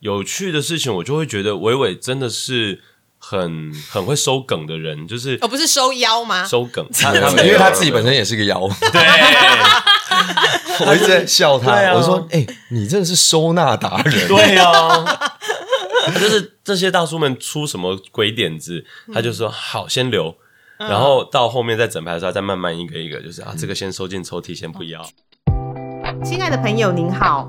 有趣的事情，我就会觉得伟伟真的是很很会收梗的人，就是哦，不是收腰吗？收梗，他因他没有为他自己本身也是个妖，对 我一直在笑他对，啊我说：“哎，你真的是收纳达人。对哦。就是这些大叔们出什么鬼点子，他就说好先留，然后到后面再整排的时候再慢慢一个一个，就是啊这个先收进抽屉，先不要。亲爱的朋友，您好，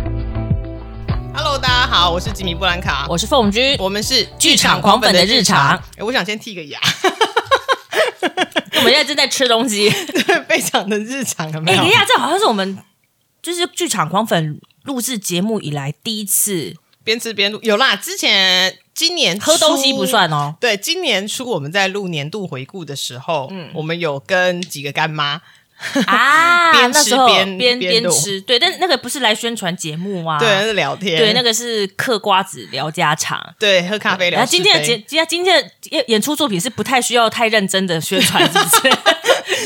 Hello，大家好，我是吉米布兰卡，我是凤君，我们是剧场狂粉的日常哎、我想先剃个牙， 我们现在正在吃东 西。非常的日常，有没哎、有？等一下，这好像是我们就是剧场狂粉录制节目以来第一次边吃边录，有啦，之前今年喝东西初不。算哦。对，今年初我们在录年度回顾的时候，嗯，我们有跟几个干妈， 啊，边吃那时候边 边边边录吃，对，但那个不是来宣传节目啊，对，在聊天，对，那个是嗑瓜子聊家常。对，喝咖啡聊然是非。后今天的节，今天今天的演演出作品是不太需要太认真的宣传，是不是？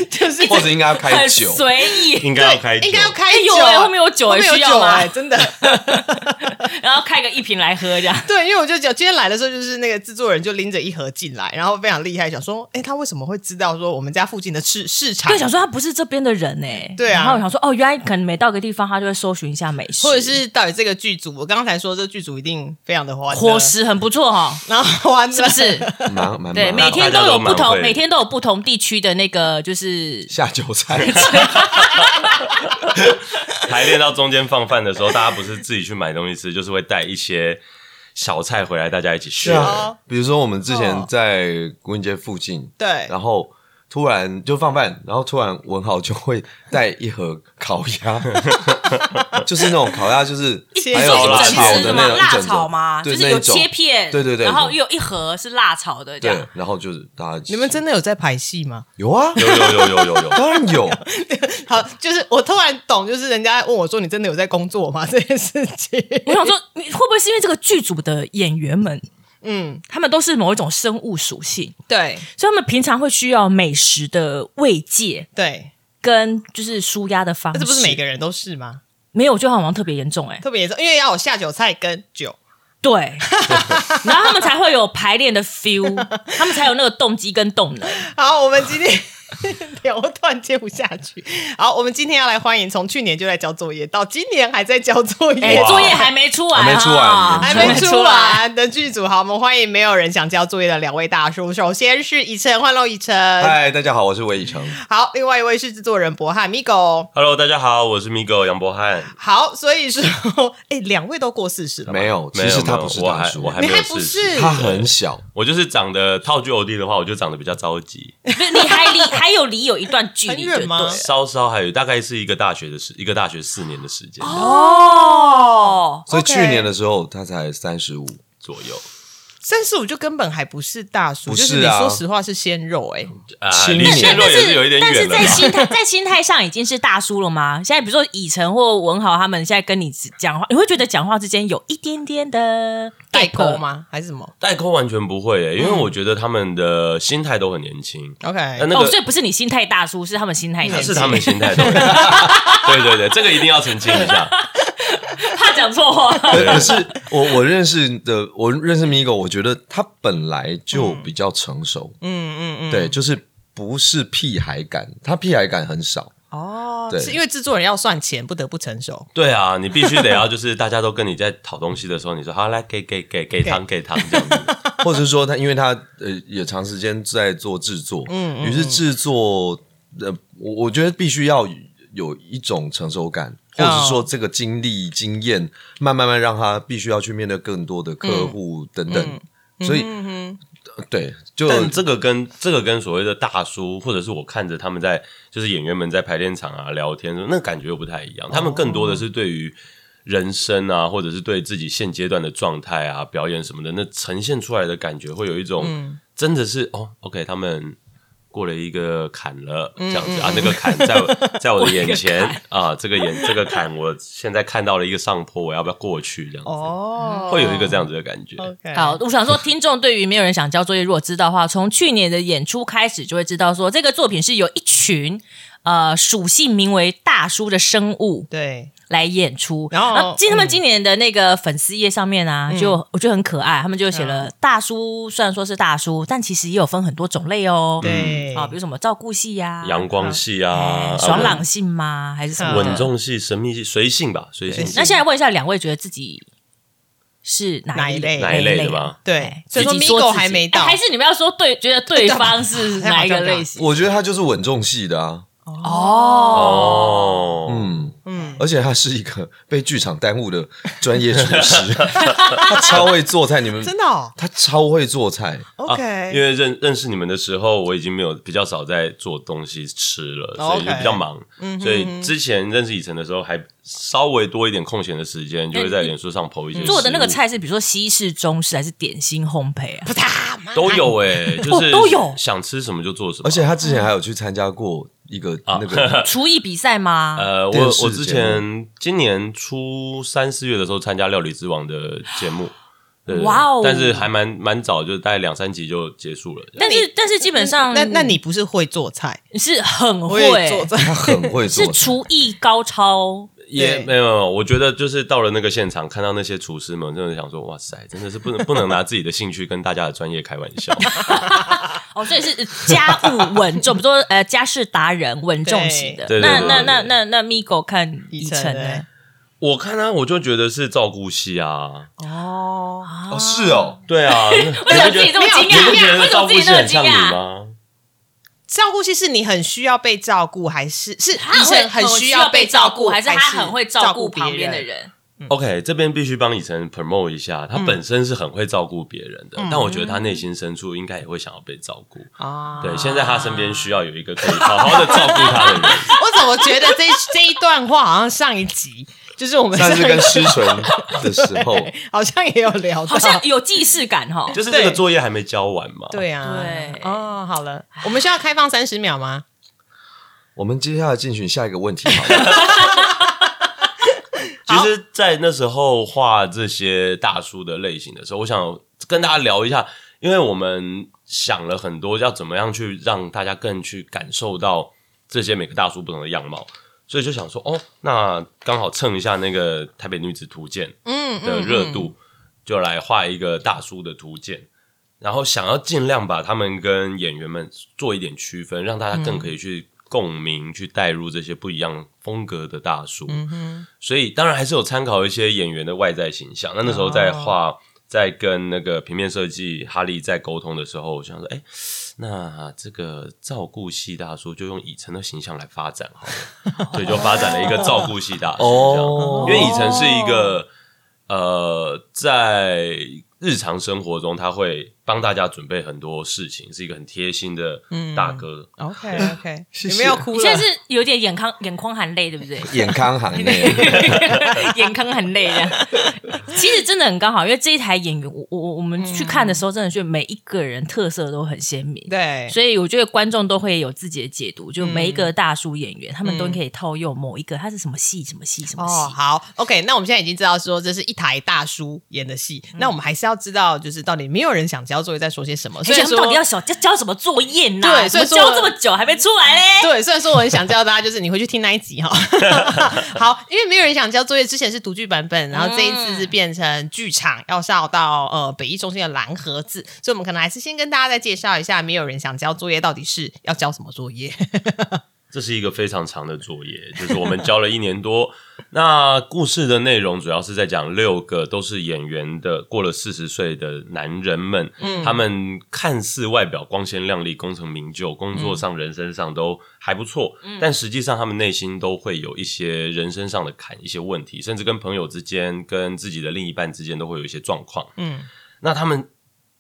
就是”或者应该要开很酒，随意，应该要开酒，应该要开哎酒啊有哎后面有酒哎后面有需要酒吗哎，真的。 然后开个一瓶来喝这样。对，因为我就讲，今天来的时候，就是那个制作人就拎着一盒进来，然后非常厉害，想说，哎，他为什么会知道说我们家附近的市市场对，？想说他不是这边的人哎、对啊然后我想说，哦，原来可能每到个地方，他就会搜寻一下美食，或者是到底这个剧组，我刚才说这个剧组一定非常的欢乐伙，食很不错哈、 然后欢乐是不是？蛮蛮蛮对，每天大家都都有不蛮同，会每天都有不同地区的那个就是。下酒菜，排练到中间放饭的时候，大家不是自己去买东西吃，就是会带一些小菜回来，大家一起吃。 啊哦比如说我们之前在国营街附近，对，然后突然就放饭，然后突然文豪就会带一盒烤鸭， 就是那种烤鸭，就是一还有是辣一整炒只的那的吗？种，一辣整炒种吗？对就是有那种切片，对对对，然后对又有一盒是辣炒的，这对样，然后就是大家一起你们真的有在排戏吗？有啊，有有有有有有，当然有， 好，就是我突然懂，就是人家问我说你真的有在工作吗？ 这件事情，我想说，你会不会是因为这个剧组的演员们，嗯，他们都是某一种生物属性，对所以他们平常会需要美食的慰藉对，跟就是舒压的方式。这不是每个人都是吗？没有，我觉得好像特别严重哎、特别严重，因为要有下酒菜跟酒， 对，然后他们才会有排练的 feel，他们才有那个动机跟动能。好，我们今天 聊突然接不下去。好，我们今天要来欢迎从去年就在交作业到今年还在交作哎、业，作业还没出来，啊还没出完哈还没出。完的剧组。好，我们欢迎没有人想交作业的两位大叔。首先是以晨，欢迎以晨。嗨，大家好，我是韦以诚，好，另外一位是制作人博翰 Migo。 Hello，大家好，我是 Migo 杨博翰。好，所以说， 哎，两位都过四十了吗，没有，没有其实他没有不是我大还叔，我还你没有还不四是十？他很小，我就是长得套句 OD 的话，我就长得比较着急，不是，你还离还有离有一段距很离，对远吗？稍稍还有大概是一个大学的时，一个大学四年的时间哦，所以去 OK 年的时候他才三 十五，左右。三十五就根本还不是大叔，不就是你啊说实话是鲜肉哎、啊，青 离年鲜肉也是有一点但是远了吧在。心态在心态上已经是大叔了吗？现在比如说以晨或文豪他们现在跟你讲话，你会觉得讲话之间有一点点的代购沟？吗？还是什么代沟完全不会耶，因嗯为我觉得他们的心态都很年轻。 ？OK，但呃那哦，个所以不是你心态大叔，是他们心态年是轻， 他们心态都很年轻。对对对，这个一定要澄清一 下。怕讲错 话。可可是我我认识的，我认识 Migo，我觉得他本来就比较成熟，嗯嗯嗯，对，就是不是屁孩感，他屁孩感很少，哦，对是因为制作人要算钱，不得不成熟。对啊，你必须得要，就是大家都跟你在讨东西的时候，你说好来给给给给糖给糖这样子。或者是说他因为他呃也长时间在做制作，嗯，于是制作呃，我我觉得必须要有一种成熟感。或者是说这个经历经验，慢慢慢让他必须要去面对更多的客户等等，所以、嗯嗯呃对，就但这个跟这个跟所谓的大叔，或者是我看着他们在就是演员们在排练场啊聊天的时候，那感觉又不太一样。他们更多的是对于人生啊，或者是对自己现阶段的状态啊、表演什么的，那呈现出来的感觉会有一种真的是哦，OK，他们过了一个坎了，这样子啊，那个坎在我在我的眼前啊，这个眼这个坎，我现在看到了一个上坡，我要不要过去？这样子哦，会有一个这样子的感觉。 OK，好，我想说，听众对于没有人想交作业，如果知道的话，从去年的演出开始就会知道说，这个作品是由一群呃属性名为大叔的生物对，来演出。然后嗯今他们今年的那个粉丝页上面啊，就我觉得很可爱，他们就写了大叔，虽然说是大叔，但其实也有分很多种类哦。嗯对，啊，比如什么照顾系呀、阳光系啊哎，爽朗性吗？还是什啊么的稳？重系、神秘系、随性吧，随性系。嗯那现在问一下两位，觉得自己是哪一哪一类类的吧？对哎，所以说自己说 Migo 自己还没到，哎哎还是你们要说对，觉得对方是哪一个类型？我觉得他就是稳重系的啊，哦，哦，嗯，嗯，而且他是一个被剧场耽误的专业厨师，他超会做菜，你们真的哦他超会做菜，啊因，OK，为认认识你们的时候，我已经没有比较少在做东西吃了，哦所以就 OK 比较忙。嗯所以之前认识以晨的时候，还稍微多一点空闲的时间，就会在脸书上 PO 一些嗯做的那个食物菜是比如说西式、中式还是点心烘焙啊？都有哎，就是哦都有想吃什么就做什么，而且他之前还有去参加过一个那个，厨艺比赛吗？呃，我电视我之节前今年初三四月的时候参加《料理之王》的节目，对哇哦但是还蛮蛮早，就大概两三集就结束了。但是但是基本嗯上，那那你不是会做菜，你是很我也做会，菜，他很 会做是菜，厨艺高超。也对没有，我觉得就是到了那个现场，看到那些厨师们，真的想说，哇塞，真的是不能不能拿自己的兴趣跟大家的专业开玩笑。哦，所以是家务稳重，比如说呃家事达人稳重型的。对对那对那对那那那 Migo 看以以晨晨呢呢？ 我看他，我就觉得是照顾系啊，哦，哦，是 哦，对 啊，你为什么不自己觉这得么惊你不觉讶？为得什照顾啊么自己系那么很像惊你讶？吗？照顾系是你很需要被照顾，还是是他医会生很需需要被被照顾，顾，还还是他很会照照顾旁边的别人？ 人？ OK，这边必须帮以晨 promote 一下，他本身是很会照顾别人的，但我觉得他内心深处应该也会想要被照顾。啊，对，现在他身边需要有一个可以好好的照顾他的 人。我怎么觉得这一这一段话好像上一集就是我们上次上一跟诗纯 的时候，好像也有聊到好，像有既视感哈。就是这个作业还没交完嘛。，对啊，对哦，好了，我们需要开放三十秒吗？我们接下来进行下一个问题好了， 其实，在那时候画这些大叔的类型的时候，我想跟大家聊一下，因为我们想了很多要怎么样去让大家更去感受到这些每个大叔不同的样貌。所以就想说，哦，那刚好蹭一下那个《台北女子图鉴》嗯的热度，就来画一个大叔的图鉴，然后想要尽量把他们跟演员们做一点区分，让大家更可以去共鸣，去带入这些不一样风格的大叔。嗯所以当然还是有参考一些演员的外在形象。那那时哦候在画。在跟那个平面设计哈利在沟通的时候，我想说，哎、那这个照顾系大叔就用以晨的形象来发展好 了，所以就发展了一个照顾系大叔这样。哦因为以晨是一个呃，在日常生活中他会帮大家准备很多事情，是一个很贴心的大哥。 ，OK OK，谢你谢没有哭你了，现在是有点眼眶眼眶含泪，对不对？ 眼康行内， 眼眶含泪这样。其实真的很刚好，因为这一台演员，我我我我们嗯去看的时候，真的是每一个人特色都很鲜明。对，所以我觉得观众都会有自己的解读，就每一个嗯大叔演员，他们都可以套用某一个他是什么戏、什么戏、哎什么哦，戏。好，OK，那我们现在已经知道说这是一台大叔演的戏，嗯那我们还是要知道，就是到底没有人想交作业在说些什么，而所且以他说们哎到底要小交交什么作业呢？对所以说怎么交这么久还没出来嘞。 对，虽然说我很想教大家，就是你回去听那一集哈。 好，因为没有人想交作业，之前是独剧版本，然后这一次是变成剧场，要上到呃北艺中心的蓝盒子，所以我们可能还是先跟大家再介绍一下，没有人想交作业到底是要交什么作业。 这是一个非常长的作业， 就是我们教了一年多。那故事的内容主要是在讲六个都是演员的过了四十岁的男人们，他们看似外表光鲜亮丽、功成名就，工作上、人生上都还不错，但实际上他们内心都会有一些人生上的坎、一些问题，甚至跟朋友之间、跟自己的另一半之间都会有一些状况。嗯，那他们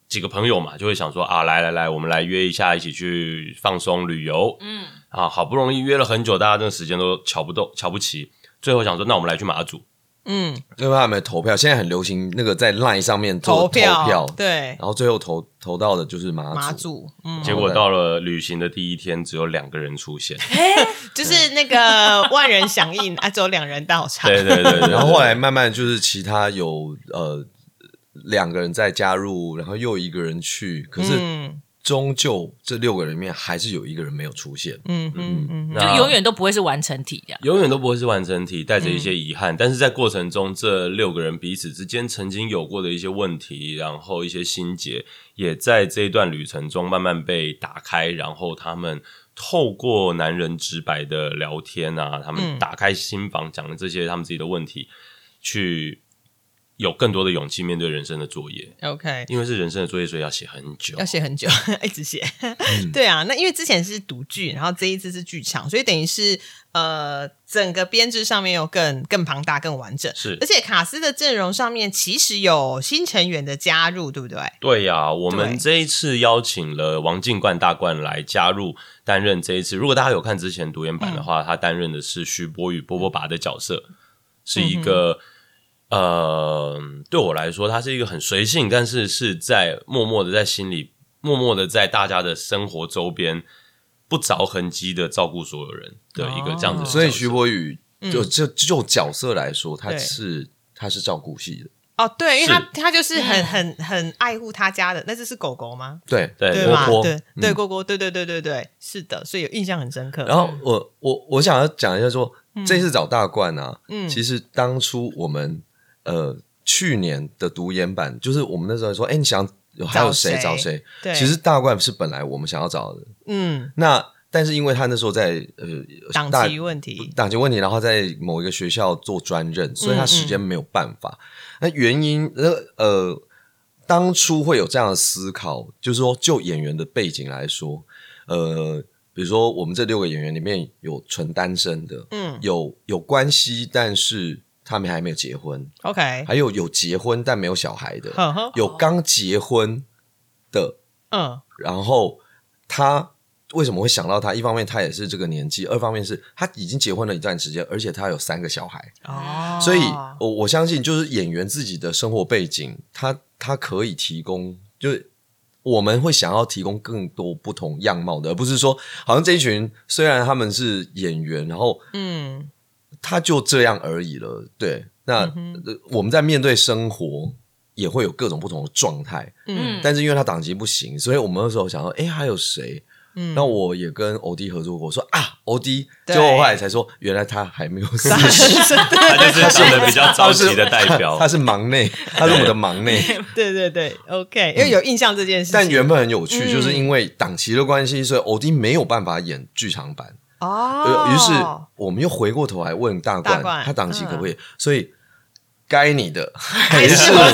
几个朋友嘛，就会想说啊，来来来，我们来约一下，一起去放松旅游。嗯，啊，好不容易约了很久，大家这个时间都瞧不动、瞧不齐，最后想说，那我们来去马祖。嗯，因为他们投票现在很流行那个在 LINE 上面做投票，票对然后最后投投到的就是马祖，马祖，嗯，结果到了旅行的第一天，只有两个人出 现。就是那个万人响应啊，只有两人到场，对对对对，然后后来慢慢就是其他有呃两个人再加入，然后又一个人去，可是嗯终究这六个人里面还是有一个人没有出现。嗯嗯嗯，那就永远都不会是完成体呀。永远都不会是完成体，带着一些遗憾。嗯但是在过程中，这六个人彼此之间曾经有过的一些问题，然后一些心结，也在这一段旅程中慢慢被打开。然后他们透过男人直白的聊天啊，他嗯们打开心房，讲的这些他们自己的问题，去有更多的勇气面对人生的作业。嗯 OK，因为是人生的作业，所以要写很久要。写很久， 一直写。嗯对啊，那因为之前是独剧，然后这一次是剧场，所以等于是呃，整个编制上面又更更庞大、更完整。是而且卡斯的阵容上面其实有新成员的加入，对不对？对呀、我对们这一次邀请了王静冠大冠来加入担任这一次。如果大家有看之前独眼版的话，他担任的是徐波与波波拔的角色，是一个、呃，对我来说，他是一个很随性，但是是在默默的在心里，默默的在大家的生活周边不着痕迹的照顾所有人的一个这样子的角色、哦所以徐博宇嗯就就就角色来说，他对是他是照顾系的，哦，对，因为他是他就是很很很爱护他家的，那只是狗狗吗？对对对波吧？波对嗯对，郭郭，对对对对对，是的，所以有印象很深刻。然后我我我想要讲一下说，这次找大冠啊，嗯其实当初我们呃去年的独演版，就是我们那时候说，哎，你想有还有谁找找谁谁？对其实大冠是本来我们想要找的，嗯，那但是因为他那时候在呃党大籍问题，党籍问题，然后在某一个学校做专任，所以他时间没有办法。那原因呃呃，当初会有这样的思考，就是说就演员的背景来说，呃，比如说我们这六个演员里面有纯单身的，嗯有有关系，但是他们还没有结婚， ，OK，还有有结婚但没有小孩的，呵呵，有刚结婚的，嗯然后他为什么会想到他？一方面他也是这个年纪，二方面是他已经结婚了一段时间，而且他有三个小孩，哦，所以我我相信就是演员自己的生活背景，他他可以提供就是。我们会想要提供更多不同样貌的，而不是说好像这一群虽然他们是演员，然后嗯他就这样而已了。对，那、嗯呃我们在面对生活也会有各种不同的状态，嗯但是因为他档期不行，所以我们那时候想说，哎，还有谁？嗯那我也跟欧弟合作过，我说啊，欧弟，对结果后来才说，原来他还没有四 十，他就是长得比较着急的代表他。是忙内，他是我们的忙内。对对对，OK，因为有印象这件事情。 嗯但原本很有趣，嗯就是因为档期的关系，所以欧弟没有办法演剧场版，哦，呃于是我们又回过头来问大大冠，冠嗯他档期可不可以？所以该 你的还是是我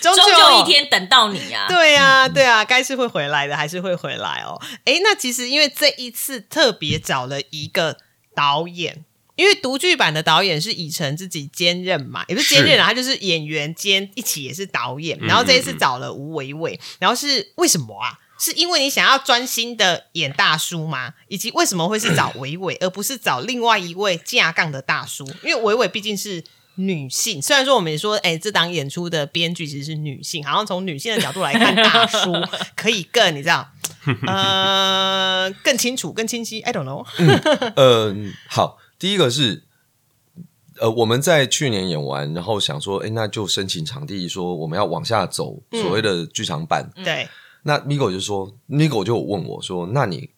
终 终究一。天啊等到你呀。对呀、啊，对啊，该是会回来的，还是会回来哦。诶，那其实因为这一次特别找了一个导演，因为独剧版的导演是以晨自己兼任嘛，也不是兼任啊，他就是演员兼一起也是导演。然后这一次找了吴维伟，然后是为什么啊？是因为你想要专心的演大叔吗？以及为什么会是找维维，而不是找另外一位架杠的大叔？因为维维毕竟是女性，虽然说我们也说，哎、这档演出的编剧其实是女性，好像从女性的角度来看，大叔可以更你知道，呃，更清楚、更清晰。I don't know，嗯，好，第一个是，呃，我们在去年演完，然后想说，哎，那就申请场地，说我们要往下走，嗯所谓的剧场版。对，那 Migo 就说，Migo 就有问我说，那你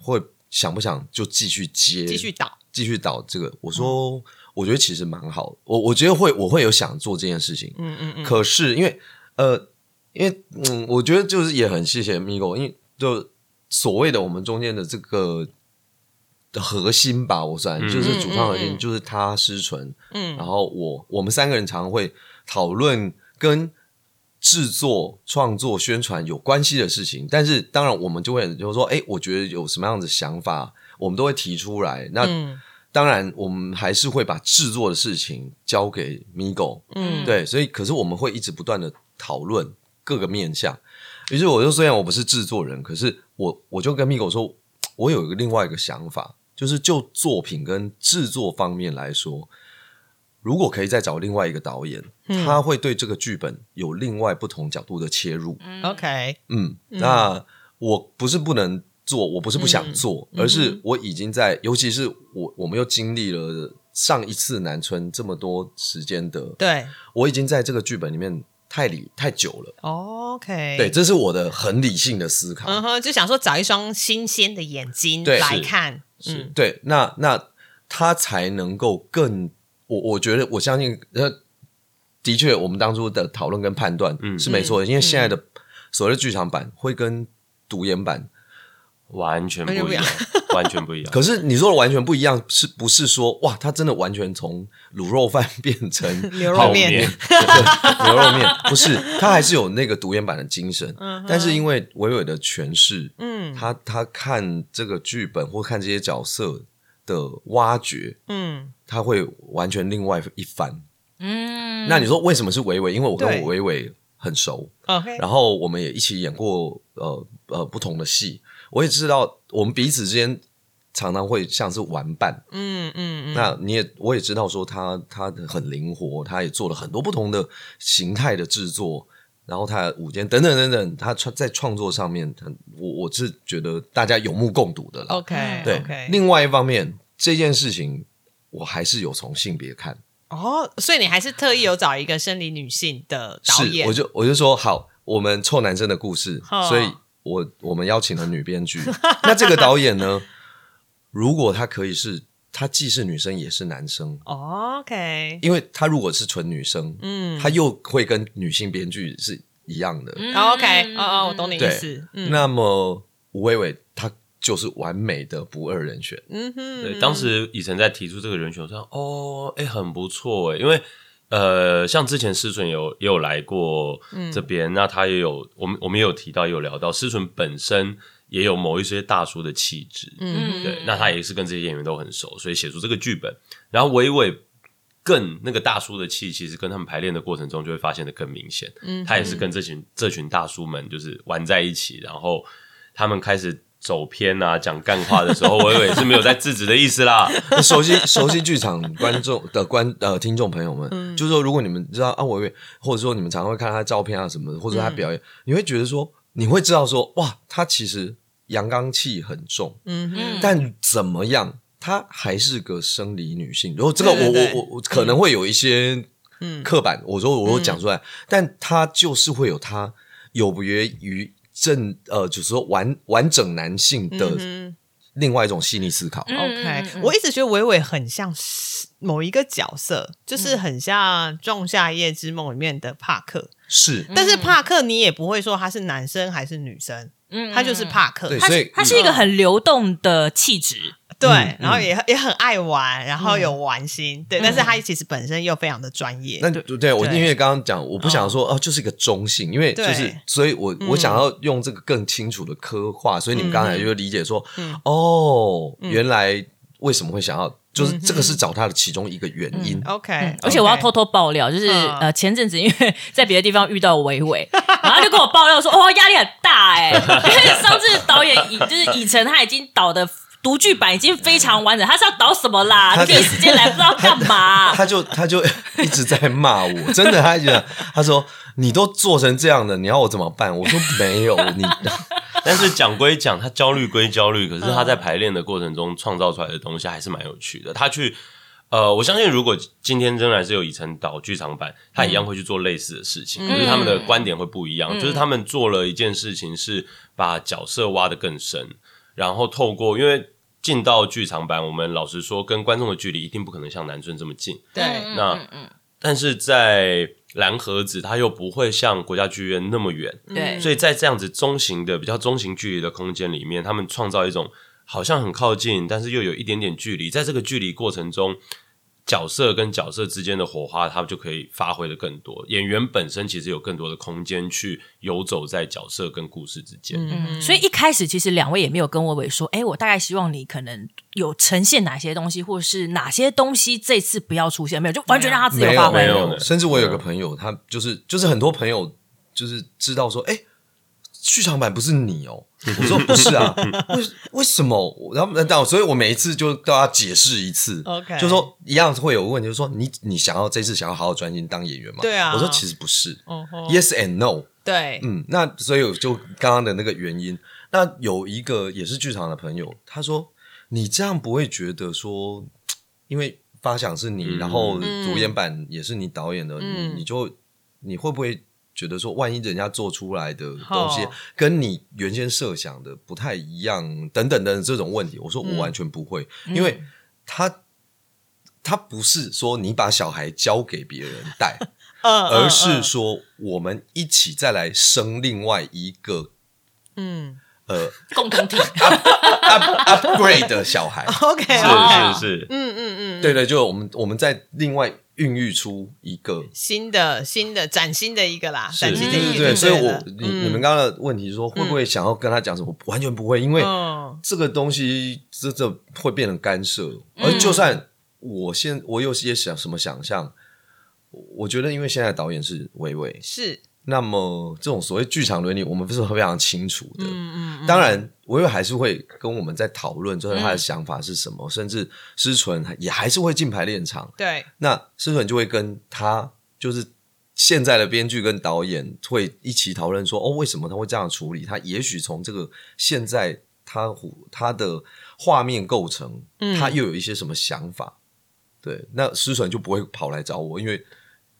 会想不想就继续接，继续嗯导，继续导这个？我说，我觉得其实蛮好，我我觉得会，我会有想做这件事情。嗯嗯嗯，可是因为呃，因为嗯，我觉得就是也很谢谢 Migo，因为就所谓的我们中间的这个的核心吧，我算、嗯就是主创核嗯嗯心，嗯就是他师纯，嗯然后我我们三个人常会讨论跟。制作、创作、宣传有关系的事情，但是当然我们就会就是说，哎、我觉得有什么样的想法，我们都会提出来。那、嗯当然，我们还是会把制作的事情交给 Migo，嗯，对，所以可是我们会一直不断的讨论各个面向。于是我就虽然我不是制作人，可是我我就跟 Migo 说，我有一个另外一个想法，就是就作品跟制作方面来说，如果可以再找另外一个导演，他会对这个剧本有另外不同角度的切入。 OK，嗯，那我不是不能做，我不是不想做，而是我已经在，尤其是我我们又经历了上一次南村这么多时间的，对我已经在这个剧本里面太理太久了。 ，OK，对，，这是我的很理性的思考。哎嗯哼，就想说找一双新鲜的眼睛对来是看，是嗯对，那那他才能够更，我我觉得我相信，呃，的确，我们当初的讨论跟判断嗯是没错的，因为现在的嗯所谓的剧场版会跟独演版，完全不完全不一一样样，完全不一样。 可是你说的完全不一样，是不是说哇，他真的完全从卤肉饭变成 牛肉泡面面，对 牛肉面？不是，他还是有那个独演版的精神，但是因为伟伟的诠释，嗯他他看这个剧本或看这些角色的挖掘，嗯，他会完全另外一番。嗯，那你说为什么是伟伟？因为我对跟伟伟很熟， OK，然后我们也一起演过呃呃不同的戏，我也知道我们彼此之间常常会像是玩伴。嗯嗯嗯，那你也我也知道说他他很灵活，他也做了很多不同的形态的制作。然后他的舞间等等等等，他创在创作上面，他我我是觉得大家有目共睹的啦。 OK，嗯对 OK，另外一方面，这件事情我还是有从性别看，哦，所以你还是特意有找一个生理女性的导是演，，我就我就说好，我们臭男生的故事哦，所以我我们邀请了女编剧。 那这个导演呢，如果他可以是，他既是女生也是男生， OK，因为他如果是纯女生，嗯他又会跟女性编剧是一样的。嗯，OK，哦哦，我懂你意对思，嗯那么吴伟伟他就是完美的不二人选，嗯哼，对，当时以晨在提出这个人选，我说哦，哎、很不错哎，因为呃，像之前思纯有也有来过嗯这边，那他也有我们我们也有提到，也有聊到思纯本身也有某一些大叔的气质，嗯对，那他也是跟这些演员都很熟，所以写出这个剧本，然后伟伟。更那个大叔的气，其实跟他们排练的过程中就会发现的更明显。嗯他也是跟这群这群大叔们就是玩在一起，然后他们开始走偏啊，讲干话的时候，伟伟是没有在制止的意思啦。 熟悉熟悉剧场观众的观呃听众朋友们，嗯就是说，如果你们知道啊，我以为或者说你们常常会看他的照片啊什么的，或者他表演，你会觉得说，你会知道说，哇，他其实阳刚气很重，嗯哼，嗯但怎么样，她还是个生理女性。然后这个我对对对我我我可能会有一些嗯刻板，我说我讲出来，但她就是会有她有别于正呃，就是说完完整男性嗯的哼另外一种细腻思考。嗯 OK，、嗯嗯我一直觉得伟伟很像是某一个角色，嗯就是很像《仲夏夜之梦》里面的帕克。是但是帕克你也不会说他是男生还是女生，嗯他就是帕克。对他所以它是一个嗯很流动的气质，对，嗯然后也、也很爱玩，然后有嗯玩心，对。但是他其实本身又非常的专业。那对对，我对嗯因为刚刚讲，我不想说哦，就是一个中性，因为就对嗯是，所以我我想要用这个更清楚的刻画，所以你们刚才就理解说，嗯哦，原来为什么会想要，嗯就是这个是找他的其中一个原因。 OK，嗯而且我要偷偷爆料，就是嗯呃前阵子因为在别的地方遇到伟伟， 然后他就跟我爆料说，哦压力很大哎、因为上次导演以就是以晨他已经导的独剧版已经非常完整，他是要导什么啦？他第一时间来不知道干嘛、他就他啊就 一直在骂我，真的，他觉得他说你都做成这样的，你要我怎么办？我说没有，你但是讲归讲，他焦虑归焦虑，可是他在排练的过程中创造出来的东西还是蛮有趣的。他去，呃，我相信如果今天仍然是有以晨导剧场版，他一样会去做类似的事情，可是他们的观点会不一样。就是他们做了一件事情，是把角色挖得更深，然后透过因为。进到剧场版，我们老实说，跟观众的距离一定不可能像南村这么近。对，嗯嗯那、但是在蓝盒子，它又不会像国家剧院那么远，嗯对，所以在这样子中型的、比较中型距离的空间里面，他们创造一种好像很靠近，但是又有一点点距离。在这个距离过程中，角色跟角色之间的火花，他们就可以发挥的更多。演员本身其实有更多的空间去游走在角色跟故事之间。嗯所以一开始其实两位也没有跟伟伟说，哎，我大概希望你可能有呈现哪些东西，或是哪些东西这次不要出现，没有，就完全让他自由没发有啊挥。没有有，甚至我有个朋友，他就是就是很多朋友就是知道说，哎、剧场版不是你哦。我说不是 啊，为为什么？然后但所以，我每一次就都要解释一次 OK 就说一样会有问题，就说你你想要这次想要好好专心当演员吗？对啊我说其实不是、嗯哦吼 y e s and no。对，嗯，那所以我就刚刚的那个原因，那有一个也是剧场的朋友，他说你这样不会觉得说，因为发想是你，嗯然后主演版也是你导演的，嗯你你就你会不会觉得说，万一人家做出来的东西哦跟你原先设想的不太一样，等等等等这种问题，我说我完全不会，因为他。他不是说你把小孩交给别人带，嗯而是嗯说我们一起再来生另外一个嗯呃共同体 up, upgrade 的小孩。 ，OK，哦是是是，嗯嗯嗯，对对，就我们我们再另外孕育出一个。新的新的崭新的一个啦，是崭对新的嗯嗯对一对个对，就所以对我了，你你们刚刚的问题是说会不会想要跟他讲什么？我完全不会，因为嗯这个东西这这会变成干涉。嗯而就算我现我有些想什么想象，我我觉得因为现在的导演是伟伟，是，那么这种所谓剧场伦理，我们是非常清楚的。嗯嗯，当然，我又还是会跟我们在讨论，就是他的想法是什么，甚至思纯也还是会进排练场。对，那思纯就会跟他，就是现在的编剧跟导演会一起讨论说，哦，为什么他会这样处理？他也许从这个现在他他的画面构成，他又有一些什么想法？对，那思纯就不会跑来找我，因为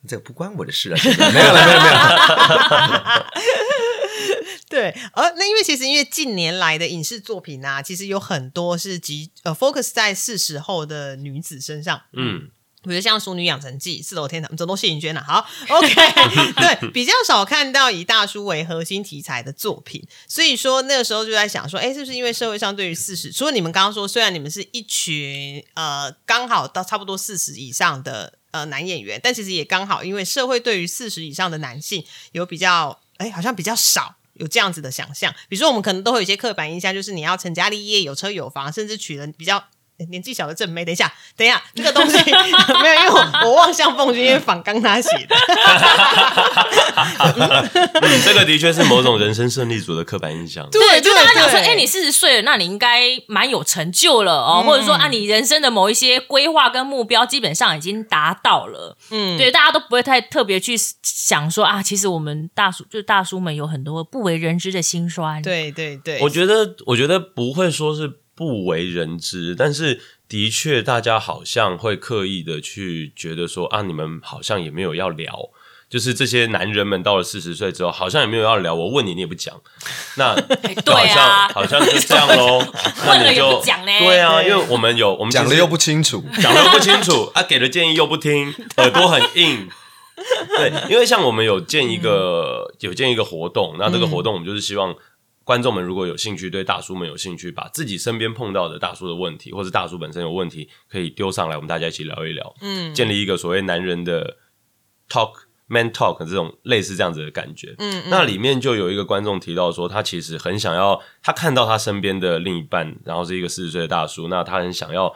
这个不关我的事啊。现在没有了，没有没有。对，呃，那因为其实因为近年来的影视作品啊，其实有很多是集呃 focus 在四十后的女子身上，嗯，比如像《熟女养成记》《四楼天堂》，这都谢颖娟了、啊。好，OK，对，比较少看到以大叔为核心题材的作品，所以说那个时候就在想说，哎，是不是因为社会上对于四十，除了你们刚刚说，虽然你们是一群呃刚好到差不多四十以上的呃男演员，但其实也刚好因为社会对于四十以上的男性有比较，哎，好像比较少。有这样子的想象，比如说我们可能都会有一些刻板印象，就是你要成家立业、有车有房，甚至娶了比较欸年纪小的正妹，等一下，等一下，这个东西 没有，因为我我望向凤君，因为仿刚他写的，嗯，这个的确是某种人生胜利组的刻板印象。对，就跟他讲说，哎、 对嗯你四十岁了，那你应该蛮有成就了哦，或者说啊，你人生的某一些规划跟目标基本上已经达到了，嗯，对，大家都不会太特别去想说啊，其实我们大叔就是大叔们有很多不为人知的辛酸，，对对对，我觉得，我觉得不会说是不为人知，但是的确，大家好像会刻意的去觉得说啊，你们好像也没有要聊。就是这些男人们到了四十岁之后，好像也没有要聊。我问你，你也不讲，那 对啊好像好像就这样喽。 那问了你也就不讲嘞对啊，对因为我们有我们讲其的实又不清楚，讲的不清楚， 啊，给的建议又不听，耳朵很硬。对，因为像我们有建一个、有建一个活动，那这个活动我们就是希望观众们如果有兴趣，对大叔们有兴趣，把自己身边碰到的大叔的问题，或是大叔本身有问题，可以丢上来，我们大家一起聊一聊，嗯建立一个所谓男人的 talk man talk 这种类似这样子的感觉。嗯嗯那里面就有一个观众提到说，他其实很想要，他看到他身边的另一半，然后是一个四十岁的大叔，那他很想要，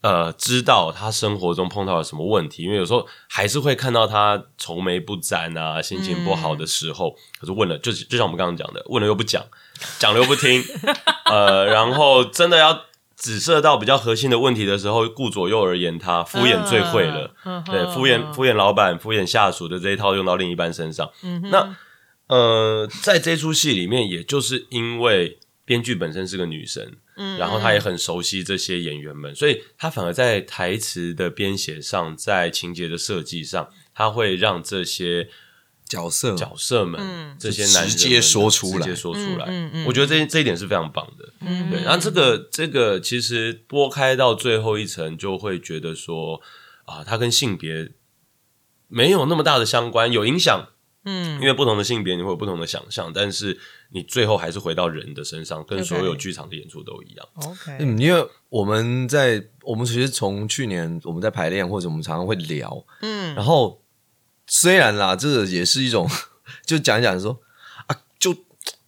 呃，知道他生活中碰到了什么问题，因为有时候还是会看到他愁眉不展啊，心情不好的时嗯候，可是问了，就是就像我们刚刚讲的，问了又不讲，讲了又不听，呃，然后真的要。指涉到比较核心的问题的时候，顾左右而言他，敷衍最会了。嗯嗯对，嗯敷衍敷衍老板、敷衍下属的这一套用到另一半身上。嗯那呃，在这出戏里面，也就是因为编剧本身是个女生，嗯然后她也很熟悉这些演员们，所以她反而在台词的编写上，在情节的设计上，她会让这些角色角色们、这些男人们直接说出来直接说出来。嗯嗯嗯我觉得这这一点是非常棒的。嗯对，那这个这个其实拨开到最后一层，就会觉得说啊，它跟性别没有那么大的相关，有影响。嗯，因为不同的性别你会有不同的想象，但是你最后还是回到人的身上，跟 OK 所有剧场的演出都一样。 OK，嗯，因为我们在我们其实从去年我们在排练，或者我们常常会聊，嗯，然后虽然啦，这个也是一种 就讲一讲说啊，就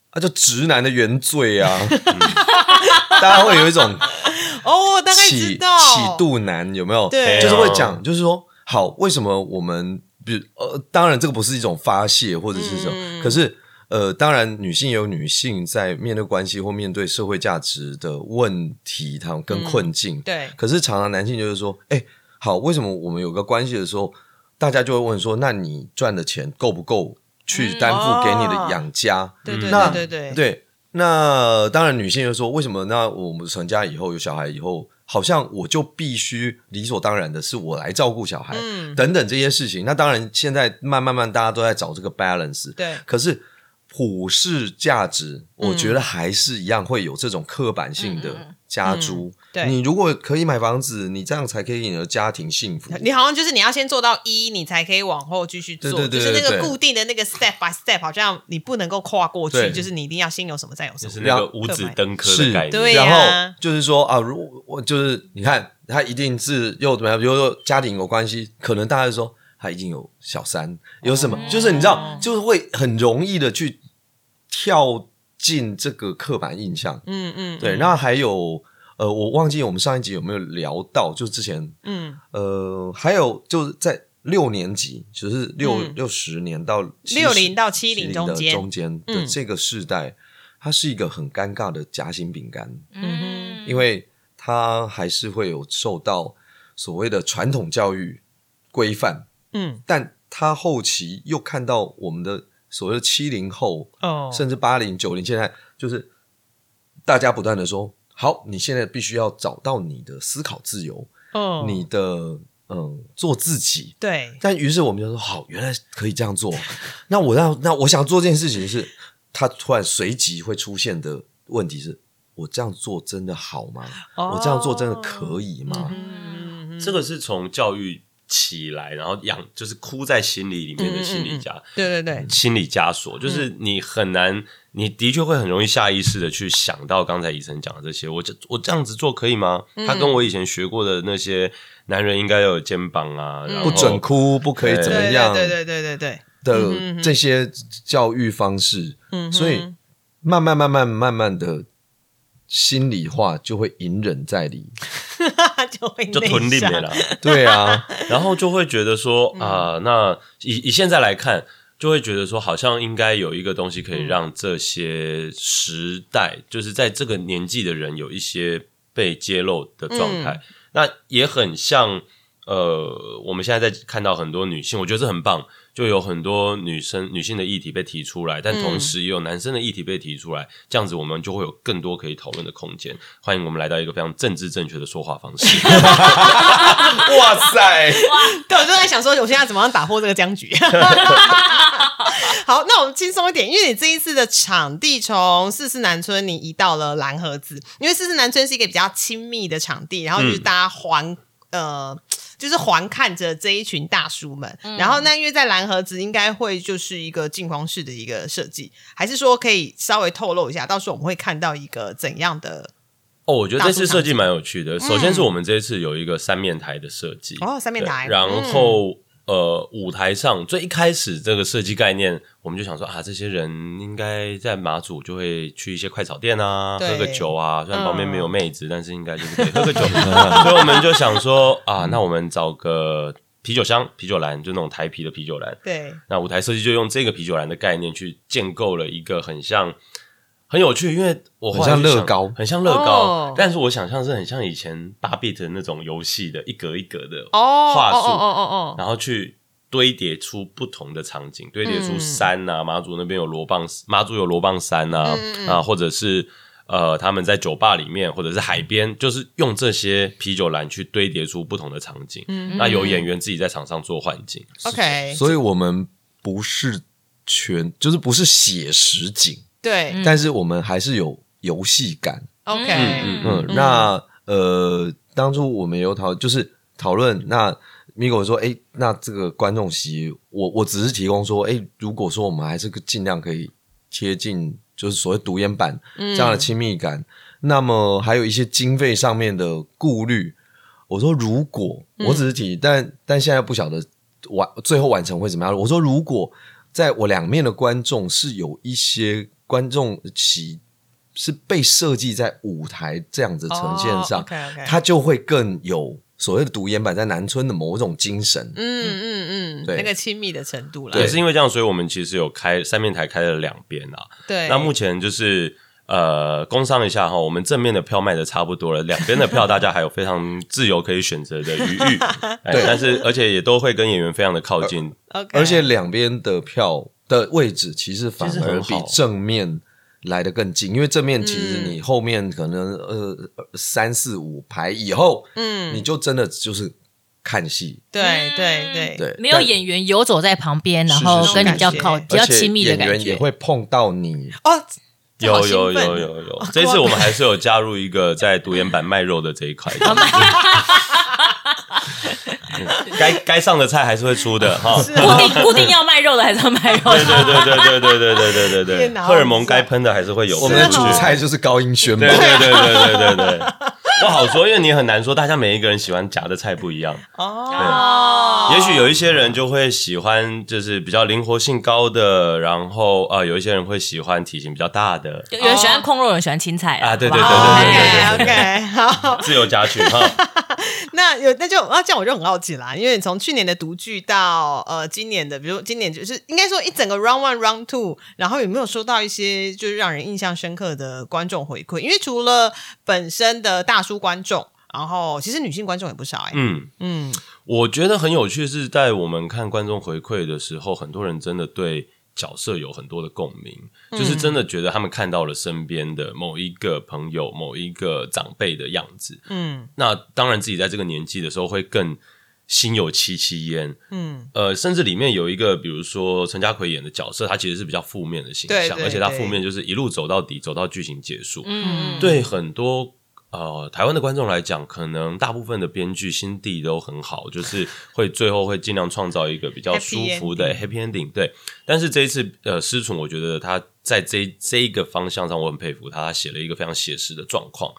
啊就直男的原罪啊， 大家会有一种哦，我大概起知起道，度男有没有？对就是会讲，就是说嗯好，为什么我们比如呃，当然这个不是一种发泄或者是什么，可是呃，当然女性有女性在面对关系或面对社会价值的问题，他们跟困境。嗯对可是常常男性就是说，哎、好，为什么我们有个关系的时候，大家就会问说，那你赚的钱够不够去嗯担负给你哦的养家？对对那对对对，对，那当然，女性就说为什么？那我们成家以后有小孩以后，好像我就必须理所当然的是我来照顾小孩，嗯等等这些事情。那当然，现在慢慢慢大家都在找这个 balance，对可是普世价值，我觉嗯得还是一样会有这种刻板性的家租。嗯对你如果可以买房子，你这样才可以你的家庭幸福。你好像就是你要先做到一，你才可以往后继续做，对对对就是那对个对固定的那个 step by step，好像你不能够跨过去，对就是你一定要先有什么再有就什么。是那个五子登科的是概念。对呀然后就是说啊，如我就是你看他一定是又怎么样，比如说家庭有关系，可能大家就说他已经有小三，有什哦么，就是你知道，就是会很容易的去跳进这个刻板印象。嗯嗯，对，那还有呃，我忘记我们上一集有没有聊到，就之前嗯，呃，还有就是在六年级，就是六嗯六十年到70六零到七零70中的间中间的嗯这个世代，它是一个很尴尬的夹心饼干。嗯因为他还是会有受到所谓的传统教育规范，嗯，但他后期又看到我们的所谓的七零后，哦，甚至八零九零，现在就是大家不断的说，好，你现在必须要找到你的思考自由，哦，你的嗯做自己。对，但于是我们就说，好，原来可以这 样做。那我让那我想做这件事情是，他突然随即会出现的问题是。我这样做真的好吗？哦我这样做真的可以吗？嗯这个是从教育起来，然后养就是哭在心里里面的嗯心理家。对对对，心理枷锁，就是你很难，你的确会很容易下意识的去想到刚才医生讲的这些，我这我这样子做可以吗？他跟我以前学过的那些男人应该要有肩膀啊，然后不准哭，不可以怎么对样对对对对对嗯的这些教育方式，嗯哼 所以慢慢慢慢慢慢的心里话就会隐忍 在里。对，就会就吞内定向没了，对啊，然后就会觉得说啊、那以以现在来看。就会觉得说，好像应该有一个东西可以让这些时代，就是在这个年纪的人有一些被揭露的状态。那也很像，呃，我们现在在看到很多女性，我觉得这很棒，就有很多女生女性的议题被提出来，但同时也有男生的议题被提出来，这样子我们就会有更多可以讨论的空间。欢迎我们来到一个非常政治正确的说话方式。哇塞，对，我就在想说，我现在怎么样打破这个僵局？ 好，那我们轻松一点，因为你这一次的场地从四四南村你移到了蓝盒子，因为四四南村是一个比较亲密的场地，然后嗯就是大家环、呃。就是环看着这一群大叔们，然后那因为在蓝盒子应该会就是一个镜框式的一个设计，还是说可以稍微透露一下，到时候我们会看到一个怎样的哦，我觉得大这叔次场设计蛮有趣的。首先是我们这一次有一个三面台的设计，哦三面台嗯对然后、呃，舞台上最一开始这个设计概念，我们就想说啊，这些人应该在马祖就会去一些快炒店啊，对嗯喝个酒啊。虽然旁边没有妹子，但是应该就是可以喝个酒，所以我们就想说啊，那我们找个啤酒箱、啤酒篮，就那种台啤的啤酒篮，对那舞台设计就用这个啤酒篮的概念去建构了一个很像很有趣，因为我后来很像去想乐高很像乐高，哦但是我想象是很像以前八 bit 的那种游戏的一格一格的哦话术，哦哦嗯哦哦，然后去堆叠出不同的场景，堆叠出嗯山啊，马祖那边有罗棒，马祖有罗棒山啊，嗯啊，或者是呃他们在酒吧里面，或者是海边，就是用这些啤酒篮去堆叠出不同的场嗯景。那有演员自己在场上做幻境， OK，所以我们不是全，就是不是写实景，对、但是我们还是有游戏感。 OK，嗯嗯，那呃，当初我们有讨就是讨论，那米狗说，哎、那这个观众席，我我只是提供说，哎、如果说我们还是尽量可以贴近，就是所谓独眼版这样嗯的亲密感，那么还有一些经费上面的顾虑。我说如果，我只是提，但但现在不晓得完最后完成会怎么样。我说如果在我两面的观众是有一些观众席是被设计在舞台这样子呈现上，哦哦 o k o k 它就会更有所谓的独眼版在南村的某种精神。嗯嗯嗯，对那个亲密的程度啦也，是因为这样，所以我们其实有开三面台开了两边啊。对，那目前就是呃，工商一下哈，我们正面的票卖的差不多了，两边的票大家还有非常自由可以选择的余裕。哎对但是而且也都会跟演员非常的靠近， OK，而哎且两边的票的位置其实反其实而很比好正面来的更近，因为正面其实你后面可能、呃三四五排以后，嗯，你就真的就是看戏，对对对对哎没有演员游走在旁边，然是后是跟你是比较靠、比而较且亲密的演感员也觉。会碰到你，哦，这好有兴有奋有有有，这次我们还是有加入一个在独眼版卖肉的这一块，该该上的菜还是会出的哈。 固定固定要卖肉的还是要卖肉对 的，对对对对对对对对对对，天哪荷尔蒙该喷的还是会有。我啊们的主对菜就是高音轩嘛对，对对对对对对， 不好说，因为你很难说，大家每一个人喜欢夹的菜不一样。哦，哦也许有一些人就会喜欢，就是比较灵活性高的，然后呃，有一些人会喜欢体型比较大的，有有人哦喜欢空肉，有人喜欢青菜啊对好不好对对对对对 OK OK，好， 自由夹取哈。那有那就那这样我就很好奇啦，因为你从去年的独剧到呃今年的，比如今年就是应该说一整个 round one round two，然后有没有收到一些就是让人印象深刻的观众回馈？因为除了本身的大叔观众，然后其实女性观众也不少哎、嗯，嗯我觉得很有趣是在我们看观众回馈的时候，很多人真的对角色有很多的共鸣，嗯就是真的觉得他们看到了身边的某一个朋友、某一个长辈的样子。嗯那当然，自己在这个年纪的时候会更心有戚戚焉。嗯，呃，甚至里面有一个，比如说陈家奎演的角色，他其实是比较负面的形对象，对而且他对负面就是一路走到底，走到剧情结束。嗯，对很多呃台湾的观众来讲，可能大部分的编剧心地都很好， 就是会最后会尽量创造一个比较舒 Happy 服的 happy ending。对，但是这一次呃，施纯，我觉得他在这一这一个方向上，我很佩服他，他写了一个非常写实的状况。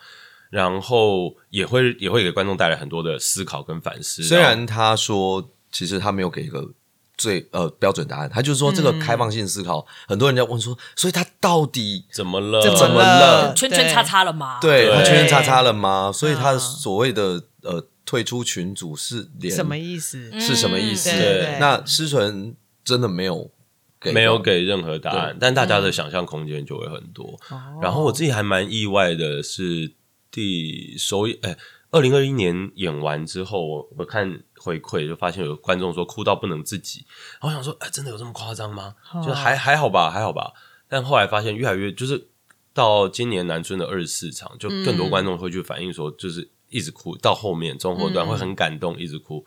然后也会也会给观众带来很多的思考跟反思。虽然他说其实他没有给一个。最呃标准答案，他就是说这个嗯开放性思考，很多人在问说，所以他到底呃怎么了？怎怎么么了了？圈圈叉叉了啊嘛，对对他圈圈叉叉了嗯吗？所以他所谓的呃退出群组是对连什么意思？是什么意思？嗯对对对那施纯真的没有给没有给任何答案对，嗯但大家的想象空间就会很多。哦然后我自己还蛮意外的是，第首演，哎，二零二一年演完之后，我我看回馈就发现有观众说哭到不能自己，然后我想说，哎，真的有这么夸张吗？就还还好吧，还好吧。但后来发现越来越就是到今年南村的二十四场，就更多观众会去反映说，就是一直哭到后面中后段会很感动，一直哭。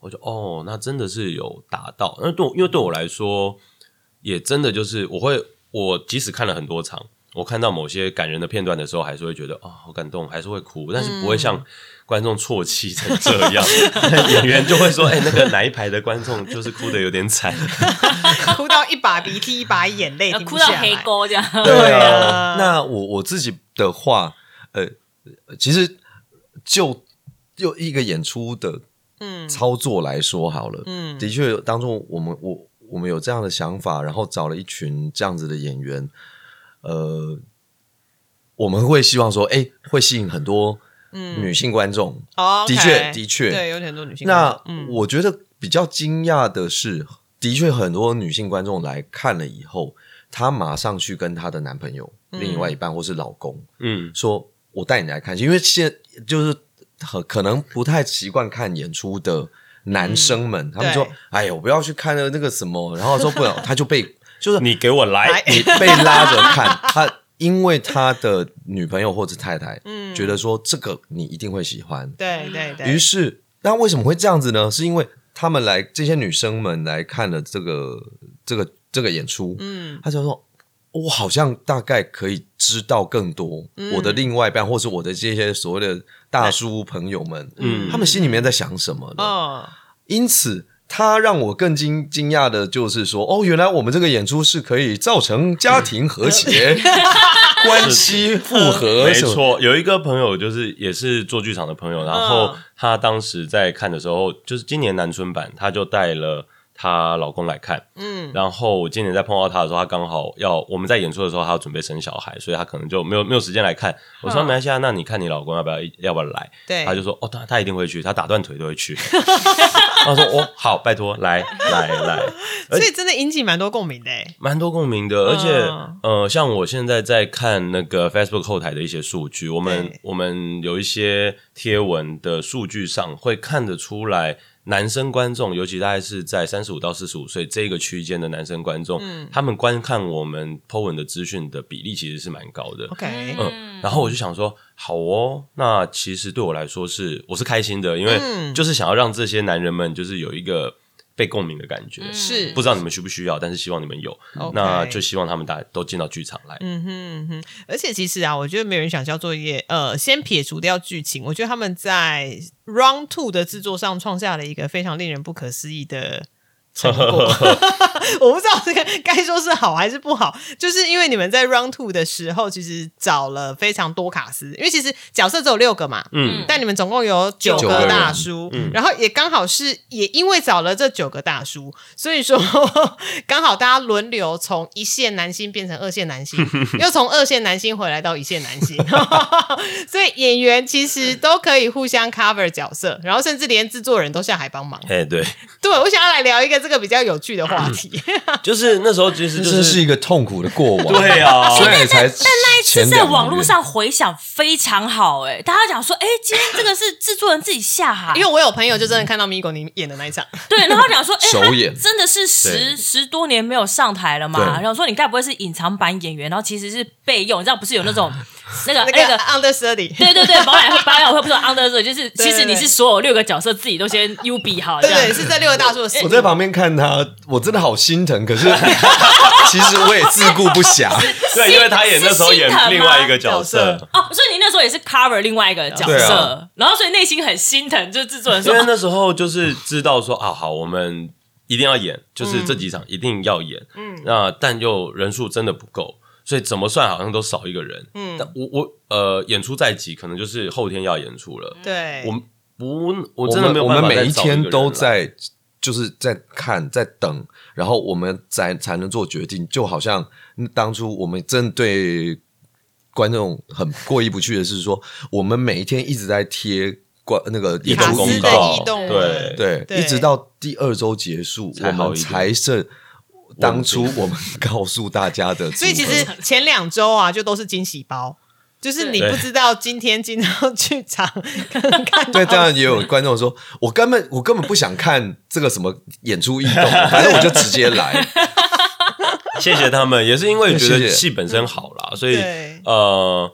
我就哦，那真的是有达到。那对我，因为对我来说，也真的就是我会，我即使看了很多场，我看到某些感人的片段的时候，还是会觉得哦，好感动，还是会哭，但是不会像观众啜泣成这样。 演员就会说，哎、那个哪一排的观众就是哭的有点惨。哭到一把鼻涕一把眼泪，要停不呃哭到下来黑沟这样。对啊那我我自己的话，呃，其实就就一个演出的嗯操作来说好了，嗯的确当中我们我我们有这样的想法，然后找了一群这样子的演员，呃，我们会希望说，哎、会吸引很多女性观众，嗯哦，OK，嗯的确的确对，有很多女性观那众。嗯我觉得比较惊讶的是，的确很多女性观众来看了以后，她马上去跟她的男朋友、嗯另外一半或是老公嗯，说：“我带你来看戏。”因为现就是很可能不太习惯看演出的男生们，他们说嗯对：“哎呀，我不要去看那个什 么。”然后说不能，他就被就是你给我来来，你被拉着看他。因为他的女朋友或者太太，嗯，觉得说这个你一定会喜欢，对对对，于是，那为什么会这样子呢？是因为他们来这些女生们来看了这个这个这个演出，嗯她就说。我好像大概可以知道更多，嗯我的另外一半，或是我的这些所谓的大叔朋友们，嗯他们心里面在想什么呢？哦，因此，他让我更惊惊讶的就是说，哦，原来我们这个演出是可以造成家庭和 谐、关系复和，没什么错，有一个朋友就是也是做剧场的朋友，然后他当时在看的时候，就是今年南春版，他就带了。她老公来看，嗯，然后我今年在碰到她的时候，她刚好要我们在演出的时候，她要准备生小孩，所以她可能就没有没有时间来看。我说没关系啊，那你看你老公要不要一要不要来？对她就说哦，他他一定会去，他打断腿都会去。 她说哦，好，拜托，来来来，哎而所以真的引起蛮多共鸣的欸。蛮多共鸣的，而且、嗯呃，像我现在在看那个 Facebook 后台的一些数据，我们对我们有一些贴文的数据上会看得出来，男生观众，尤其大概是在三十五到四十五岁这个区间的男生观众，嗯他们观看我们 po 文的资讯的比例其实是蛮高的。 OK，嗯，然后我就想说，好哦，那其实对我来说是我是开心的，因为嗯就是想要让这些男人们就是有一个被共鸣的感觉，是不知道你们需不需要，但是希望你们有 OK 那就希望他们大家都进到剧场来。嗯哼嗯哼，而且其实啊，我觉得没有人想交作业。呃，先撇除掉剧情，我觉得他们在 Round Two 的制作上创下了一个非常令人不可思议的成果。我不知道这个该说是好还是不好，就是因为你们在 Round Two 的时候，其实找了非常多卡司，因为其实角色只有六个嘛，嗯，但你们总共有九九个个人大叔，嗯然后也刚好是也因为找了这九个大叔，所以说刚好大家轮流从一线男星变成二线 男星，又从二线男星回来到一线男星， 所以演员其实都可以互相 cover 角色，然后甚至连制作人都下海帮忙。哎，对，对我想要来聊一个这个比较有趣的话题，就是那时候其实这就真是是一个痛苦的过往。对啊，虽然也才但那一次前在两个网络月上回想非常好、哎，大家讲说，哎、今天这个是制作人自己下海，因为我有朋友就真的看到 Migo 你演的那一场，对，然后讲说，哎、首他演真的是对十十多年没有上台了嘛？对然后说你该不会是隐藏版演员，然后其实是备用，你知道不是有 那种那个 哎那那个个。 Understudy，对对 对，保养会保养会不是 under 就是对其实你对是所有六个角色自己都先 U 比好，这对样 对，是这六个大叔的事我。在旁边看他，我真的好心疼。 可是其实我也自顾不暇，对，因为他也那时候演是心疼吗另外一个角角色，哦，所以你那时候也是 cover 另外一个角对色，啊然后所以内心很心疼，就是制作人因说为那时候就是知道说啊，好，我们一定要演，就是这几场一定要演，嗯，那但又人数真的不够。所以怎么算好像都少一个人，嗯，但我我呃演出在即，可能就是后天要演出了，对，我们不 我我真的们没有我办们法每再一找个人天都了在，就是在看，在等，然后我们才才能做决定。就好像当初我们针对观众很过意不去的是说，我那个我们每一天一直在贴观那个异演动卡出公斯公的告异动对对，对一直到第二周结束，才我好们一点才是当初我们 告诉大家的组合。所以其实前两周啊，就都是惊喜包，就是你对不知道今天进到剧 场看看对，到当然也有观众说，我根本我根本不想看这个什么演出异动，反正我就直接来。 谢谢他们，也是因为觉谢得谢戏本身好啦，所以对呃，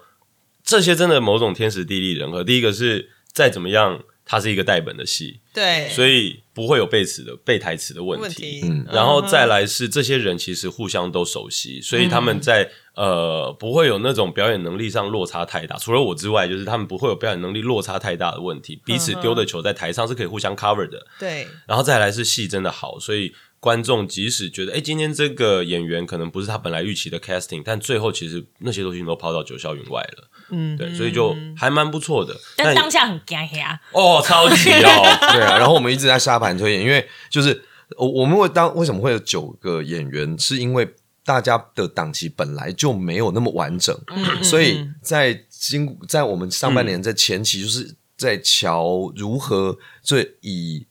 这些真的某种天时地利人和。第一个是再怎么样，它是一个带本的戏，对，所以不会有背词的背台词的问题。问题，嗯然后再来是这些人其实互相都熟悉，所以他们在、呃不会有那种表演能力上落差太大。除了我之外，就是他们不会有表演能力落差太大的问题，彼此丢的球在台上是可以互相 cover 的。对然后再来是戏真的好，所以观众即使觉得，哎，今天这个演员可能不是他本来预期的 casting，但最后其实那些东西都抛到九霄云外了。嗯，对，所以就还蛮不错的。但也当下很尴尬，哦，超级 哦，对啊，然后我们一直在沙盘推演，因为就是我我们会当为什么会有九个演员，是因为大家的档期本来就没有那么完整，所以在经在我们上半年在前期就是在瞧如何最以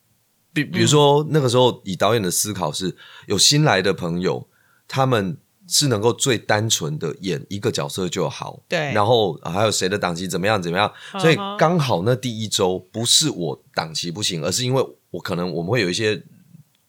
比比如说那个时候以导演的思考是有新来的朋友，他们。是能够最单纯的演一个角色就好，对然后、啊还有谁的档期怎么样怎么样，嗯所以刚好那第一周不是我档期不行，而是因为我可能我们会有一些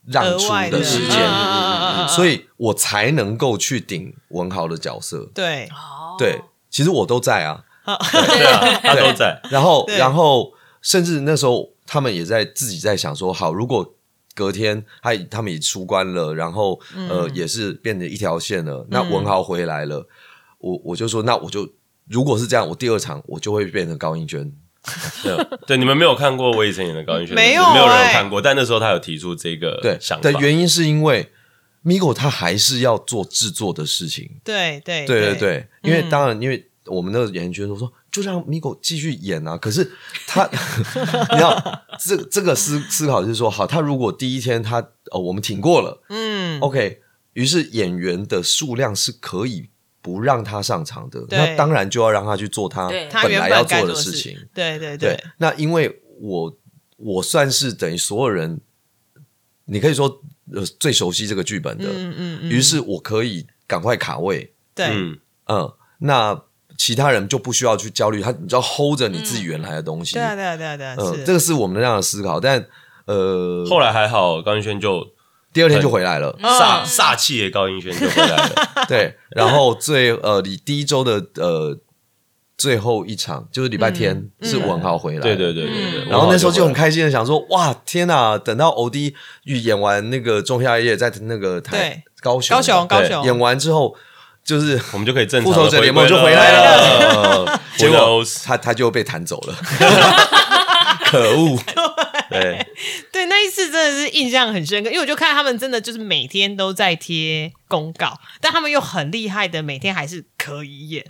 让额出外的时间，嗯嗯嗯嗯所以我才能够去顶文豪的角色。对哦，对，其实我都在啊，对啊，他都在。然后 对然后甚至那时候他们也在自己在想说，好，如果隔天他他们也出关了，然后嗯呃、也是变成一条线了，那文豪回来了，我我就说那我就。如果是这样，我第二场我就会变成高英娟，对对，你们没有看过我以前演的高音学，没有没有人哎有看过。但那时候他有提出这个对想法的，原因是因为 Migo 他还是要做制作的事情，对对对对哎对嗯对，因为当然，因为我们那个演员都说，就让 Migo 继续演啊。可是 他，你要这这个思思考就是说，好，他如果第一天他呃我们挺过了，嗯， OK，于是演员的数量是可以不让他上场的，对那当然就要让他去做他对他原来要本该做做的事事情。，对对对对，，那因为我我算是等于所有人，你可以说呃最熟悉这个剧本的，嗯嗯嗯，于是我可以赶快卡位，对，嗯，嗯，那其他人就不需要去焦虑，他你就要 hold 着你自己原来的东西，对啊对啊对啊对啊，嗯，是这个是我们那样的思考，但呃，后来还好，高音轩就第二天就回来了，煞煞气的高音轩就回来 了，对，然后最呃，你第一周的呃最后一场就是礼拜天、嗯是文豪回来，对对对对对，然后那时候就很开，开心的想说，哇，天哪！等到欧弟预演完那个《仲夏夜》在那个台对高雄高雄高对雄演完之后，就是我们就可以正常复地仇者联盟就回回来来 了， 呃结果 knows？他他就被弹走 了，可恶！对，对，那一次真的是印象很深刻，因为我就看他们真的就是每天都在贴公告，但他们又很厉害的，每天还是可以演，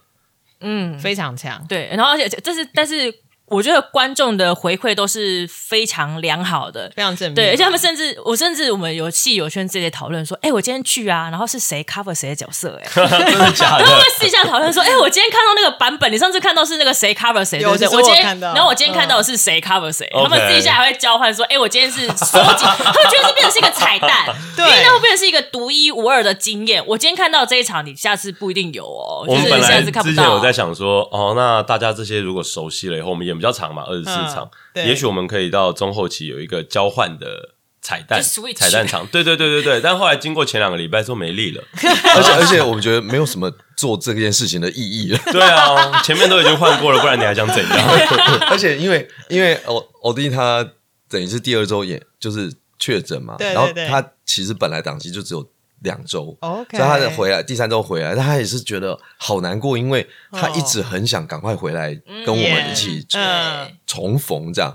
嗯，非常强。对，然后而且这是，但是我觉得观众的回馈都是非常良好的。非常正面，对，而且他们甚至我甚至我们有戏友圈之类讨论说，哎、我今天去啊，然后是谁 cover 谁的角色、哎，真的假然后的会？私下讨论说，哎、我今天看到那个版本，你上次看到是那个谁 cover 谁，对有不对？其实我今我有天，看到然后我今天看到的是谁 cover 谁，嗯他们私下还会交换说，哎、我今天是收 集，他们觉得这变成是一个彩蛋，对因为那会变成是一个独一无二的经验。我今天看到这一场，你下次不一定有哦，我就们是本你下来次看不之前到有。在想说，哦，那大家这些如果熟悉了以后，我们演比较长嘛，二十四嗯场，对也许我们可以到中后期有一个交换的彩蛋就 switch 彩蛋场，对对对对对。但后来经过前两个礼拜之后没 力了， 而且而且，我觉得没有什么做这件事情的意义了。对啊，前面都已经换过了，不然你还想怎 样？ 而且因为因为呃欧欧弟他等于是第二周也就是确诊嘛，对对对然后他其实本来档期就只有两周 OK 所以他的回来第三周回来，但他也是觉得好难过，因为他一直很想赶快回来跟我们一起重哦嗯重逢这样。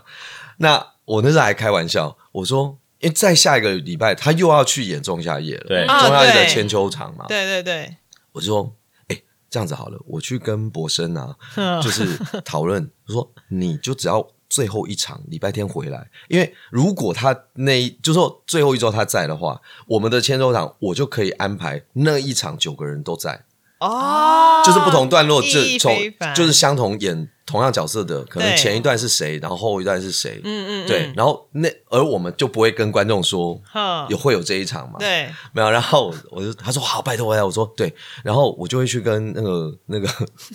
那我那时候还开玩笑，我说。因为再下一个礼拜，他又要去演《仲夏夜》了，对仲夏夜》啊的对千秋场嘛。对对 对，我就说，哎、这样子好了，我去跟博生啊，哦嗯就是讨论，我说你就只要最后一场礼拜天回来，因为如果他那一就说最后一周他在的话，我们的千州场我就可以安排那一场九个人都在，哦，就是不同段落就意义从非凡就是相同演同样角色的，可能对前一段是谁，然后后一段是谁，嗯嗯嗯对，然后那而我们就不会跟观众说哼有会有这一场嘛，对，没有，然后我 我就他说好，拜托我来，我说对，然后我就会去跟那个 那个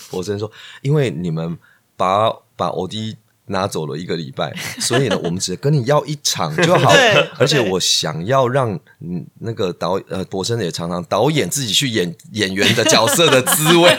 博生说，因为你们把把欧弟拿走了一个礼拜，所以呢，我们只跟你要一场就 好对， 而且对我想要让嗯那个导呃博生也常常导演自己去演演员的角色的滋 味，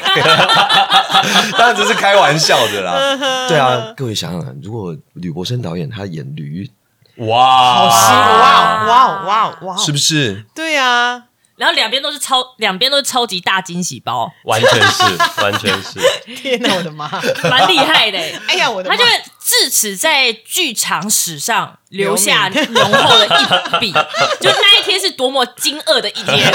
当然只是开玩笑的 啦，对啊，各位想想看，如果吕博生导演他演驴，哇，哇哦哇哦哇哦哇哦，是不是？对啊，然后两边都是超，两边都是超级大惊喜包，完全是，完全是，天哪，我的妈！蛮厉害的、 哎呀，我的他妈！就会自此在剧场史上留下浓厚的一笔，就那一天是多么惊愕的一天。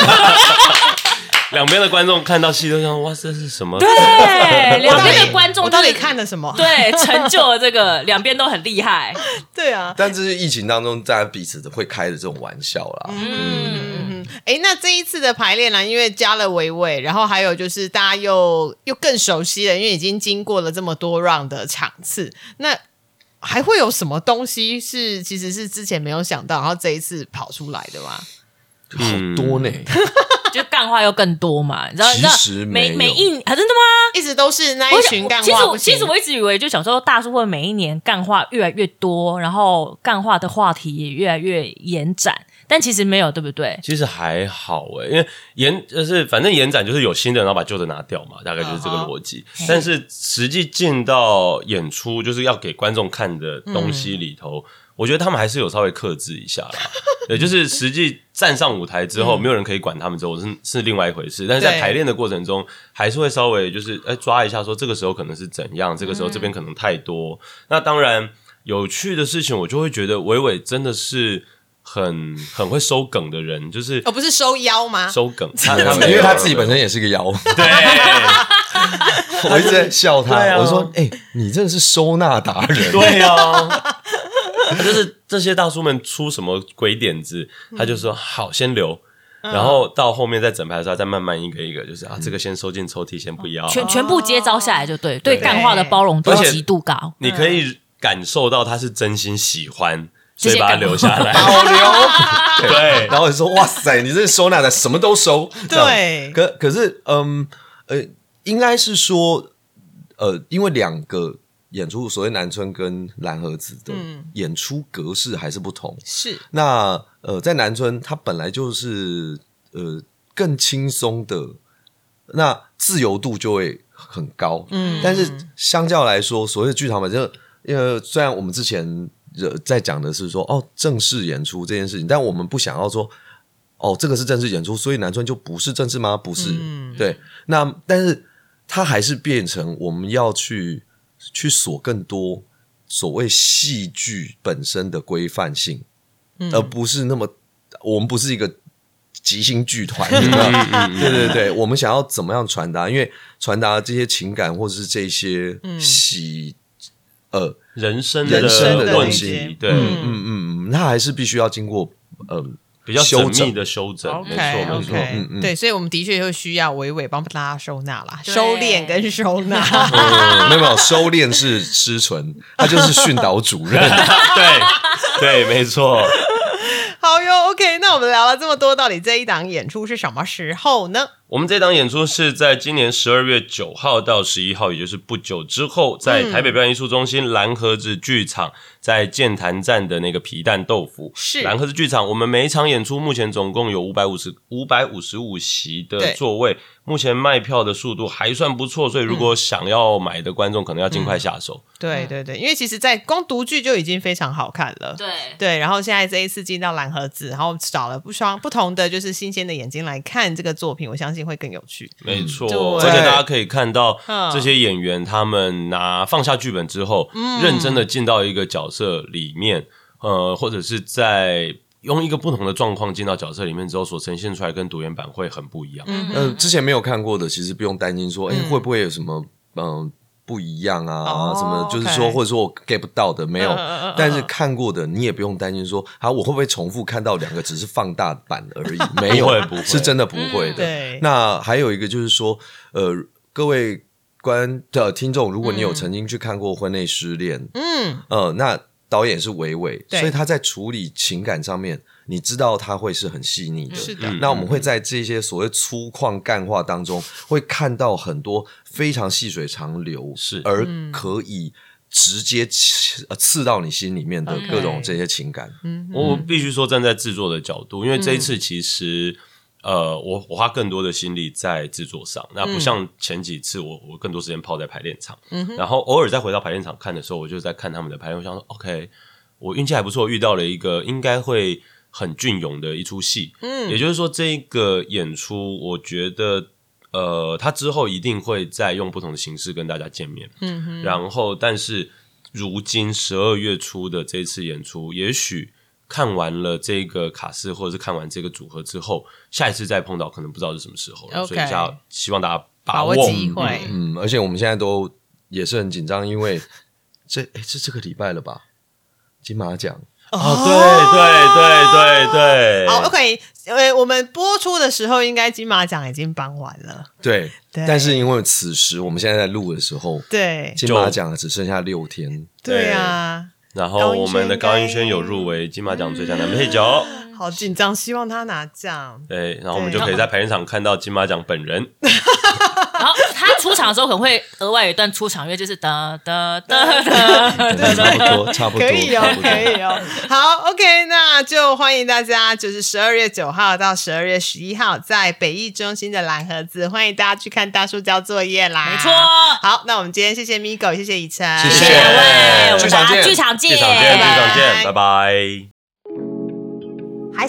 两边的观众看到戏都想，哇，这是什么？对，我两到底边的观众我就到是底看了什么？ 对成就了这个，两边都很厉害。对啊，但这是疫情当中大家彼此会开的这种玩笑啦。嗯，哎，那这一次的排练啊呢，因为加了维维，然后还有就是大家又又更熟悉了，因为已经经过了这么多 round 的场次，那还会有什么东西是其实是之前没有想到，然后这一次跑出来的吗？嗯好多呢，就干话又更多嘛，你知道？你知道其实没每有每一啊，真的吗？一直都是那我一想群干话其实不我行其实我一直以为，就想说大叔会每一年干话越来越多，然后干话的话题也越来越延展，但其实没有，对不对？其实还好诶、因为延就是反正延展就是有新的，然后把旧的拿掉嘛，大概就是这个逻辑。但是实际进到演出，就是要给观众看的东西里头，我觉得他们还是有稍微克制一下啦。对，就是实际站上舞台之后，没有人可以管他们之后是是另外一回事。但是在对排练的过程中，还是会稍微就是哎、抓一下，说这个时候可能是怎样，这个时候这边可能太多。那当然有趣的事情，我就会觉得伟伟真的是。很很会收梗的人，就是哦哦，不是收腰吗？收梗，他 因为他自己本身也是个妖，对，我一直在笑他，对啊我说：“哎、你真的是收纳达人。 对啊，就是这些大叔们出什么鬼点子，他就说好先留。然后到后面再整排的时候，再慢慢一个一个，就是啊，这个先收进抽屉，先不哦要。哦啊全全部接招下来就对，对对干话的包容度而且极度高。你可以感受到他是真心喜欢，所以些把它感留冒下来。保留， 对，然后你说：“哇塞，你这收纳的什么都收。”这样对可可是，嗯呃，应该是说，呃，因为两个演出，所谓南村跟蓝盒子的嗯演出格式还是不同。是那呃，在南村，它本来就是呃更轻松的，那自由度就会很高。嗯但是相较来说，所谓的剧场版，就呃，虽然我们之前呃在讲的是说哦正式演出这件事情，但我们不想要说哦这个是正式演出，所以南村就不是正式吗？不是，嗯对。那但是它还是变成我们要去去锁更多所谓戏剧本身的规范性。而不是那么，我们不是一个即兴剧团，你知道吗对对对，我们想要怎么样传达？因为传达这些情感或者是这些喜，呃，人生人生的问东题西，对，嗯嗯嗯嗯，那还是必须要经过，呃， 比较修缜密整的修整，没 OK 错没 OK，错。嗯嗯对，所以我们的确会需要伟伟帮大家收纳啦，对收敛跟收纳。呃没有没有，收敛是失纯，他就是训导主任。 对对，没错。好哟，OK，那我们聊了这么多，到底这一档演出是什么时候呢？我们这档演出是在今年十二月九号到十一号，也就是不久之后，在嗯台北表演艺术中心蓝盒子剧场，在建潭站的那个皮蛋豆腐是蓝盒子剧场。我们每一场演出目前总共有五百五十五百五十五席对的座位，目前卖票的速度还算不错，所以如嗯果想要买的观众，可能要尽快下手。对对对，因为其实，在光独剧就已经非常好看了。对，对，然后现在这一次进到蓝盒子，然后找了不双不同的就是新鲜的眼睛来看这个作品，我相信会更有趣。没错，嗯对而且大家可以看到嗯这些演员，他们拿放下剧本之后，嗯认真的进到一个角色里面，呃，或者是在用一个不同的状况进到角色里面之后，所呈现出来跟独演版会很不一样。 呃，之前没有看过的，其实不用担心说，哎、会不会有什么嗯、呃不一样啊？哦什么就是说 OK 或者说我 get 不到的没有嗯嗯嗯嗯但是看过的你也不用担心说，啊，我会不会重复看到两个只是放大版而 已？没有，不会不会是真的不会嗯的。对，那还有一个就是说，呃，各位观的、呃、听众，如果你有曾经去看过《婚内失恋》嗯，呃，那导演是伟伟，对所以他在处理情感上面，你知道他会是很细腻的。是的嗯那我们会在这些所谓粗犷干话当中，会看到很多非常细水长流，是而可以直接刺呃刺到你心里面的嗯 OK 各种这些情感。我必须说，站在制作的角度，因为这一次其实。呃，我我花更多的心力在制作上，那不像前几次我，我更多时间泡在排练场，然后偶尔再回到排练场看的时候，我就在看他们的排练，我想说，OK，我运气还不错，遇到了一个应该会很隽永的一出戏，嗯，也就是说，这个演出，我觉得，呃，他之后一定会再用不同的形式跟大家见面，嗯哼，然后，但是如今十二月初的这次演出，也许看完了这个卡式，或者是看完这个组合之后，下一次再碰到，可能不知道是什么时候了。 OK 所以下希望大家把把握握机嗯会。嗯，而且我们现在都也是很紧张，因为这诶是这个礼拜了吧？金马奖哦，对对对对对，好，OK，呃，我们播出的时候，应该金马奖已经颁完了。对，对但是因为此时我们现在在录的时候，对，金马奖只剩下六天，对啊，然高后音我们的轩高音该轩有入围金马奖最佳男配角，好紧张，希望他拿奖。对，然后我们对就可以在排练场看到金马奖本人。然后他出场的时候可能会额外有一段出场乐，就是哒哒哒 哒。对差不多，差不多，可以哦差，不多可以哦。好，OK，那就欢迎大家，就是十二月九号到十二月十一号，在北艺中心的蓝盒子，欢迎大家去看大叔交作业啦。没错好，那我们今天谢谢 Migo，谢谢以晨，谢谢谢谢各位，我剧们场大家见剧场见，剧场见，剧场见，拜拜拜。还